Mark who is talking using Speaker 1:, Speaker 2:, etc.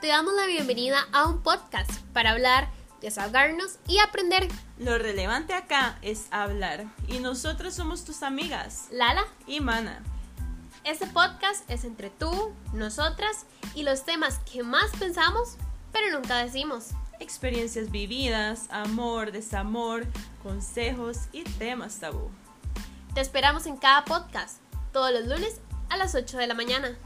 Speaker 1: te damos la bienvenida a un podcast para hablar, desahogarnos y aprender.
Speaker 2: Lo relevante acá es hablar y nosotras somos tus amigas
Speaker 1: Lala,
Speaker 2: y Mana.
Speaker 1: este podcast es entre tú, nosotras y los temas que más pensamos, pero nunca decimos.
Speaker 2: Experiencias vividas, amor, desamor, consejos y temas tabú.
Speaker 1: Te esperamos en cada podcast, todos los lunes a las 8 de la mañana.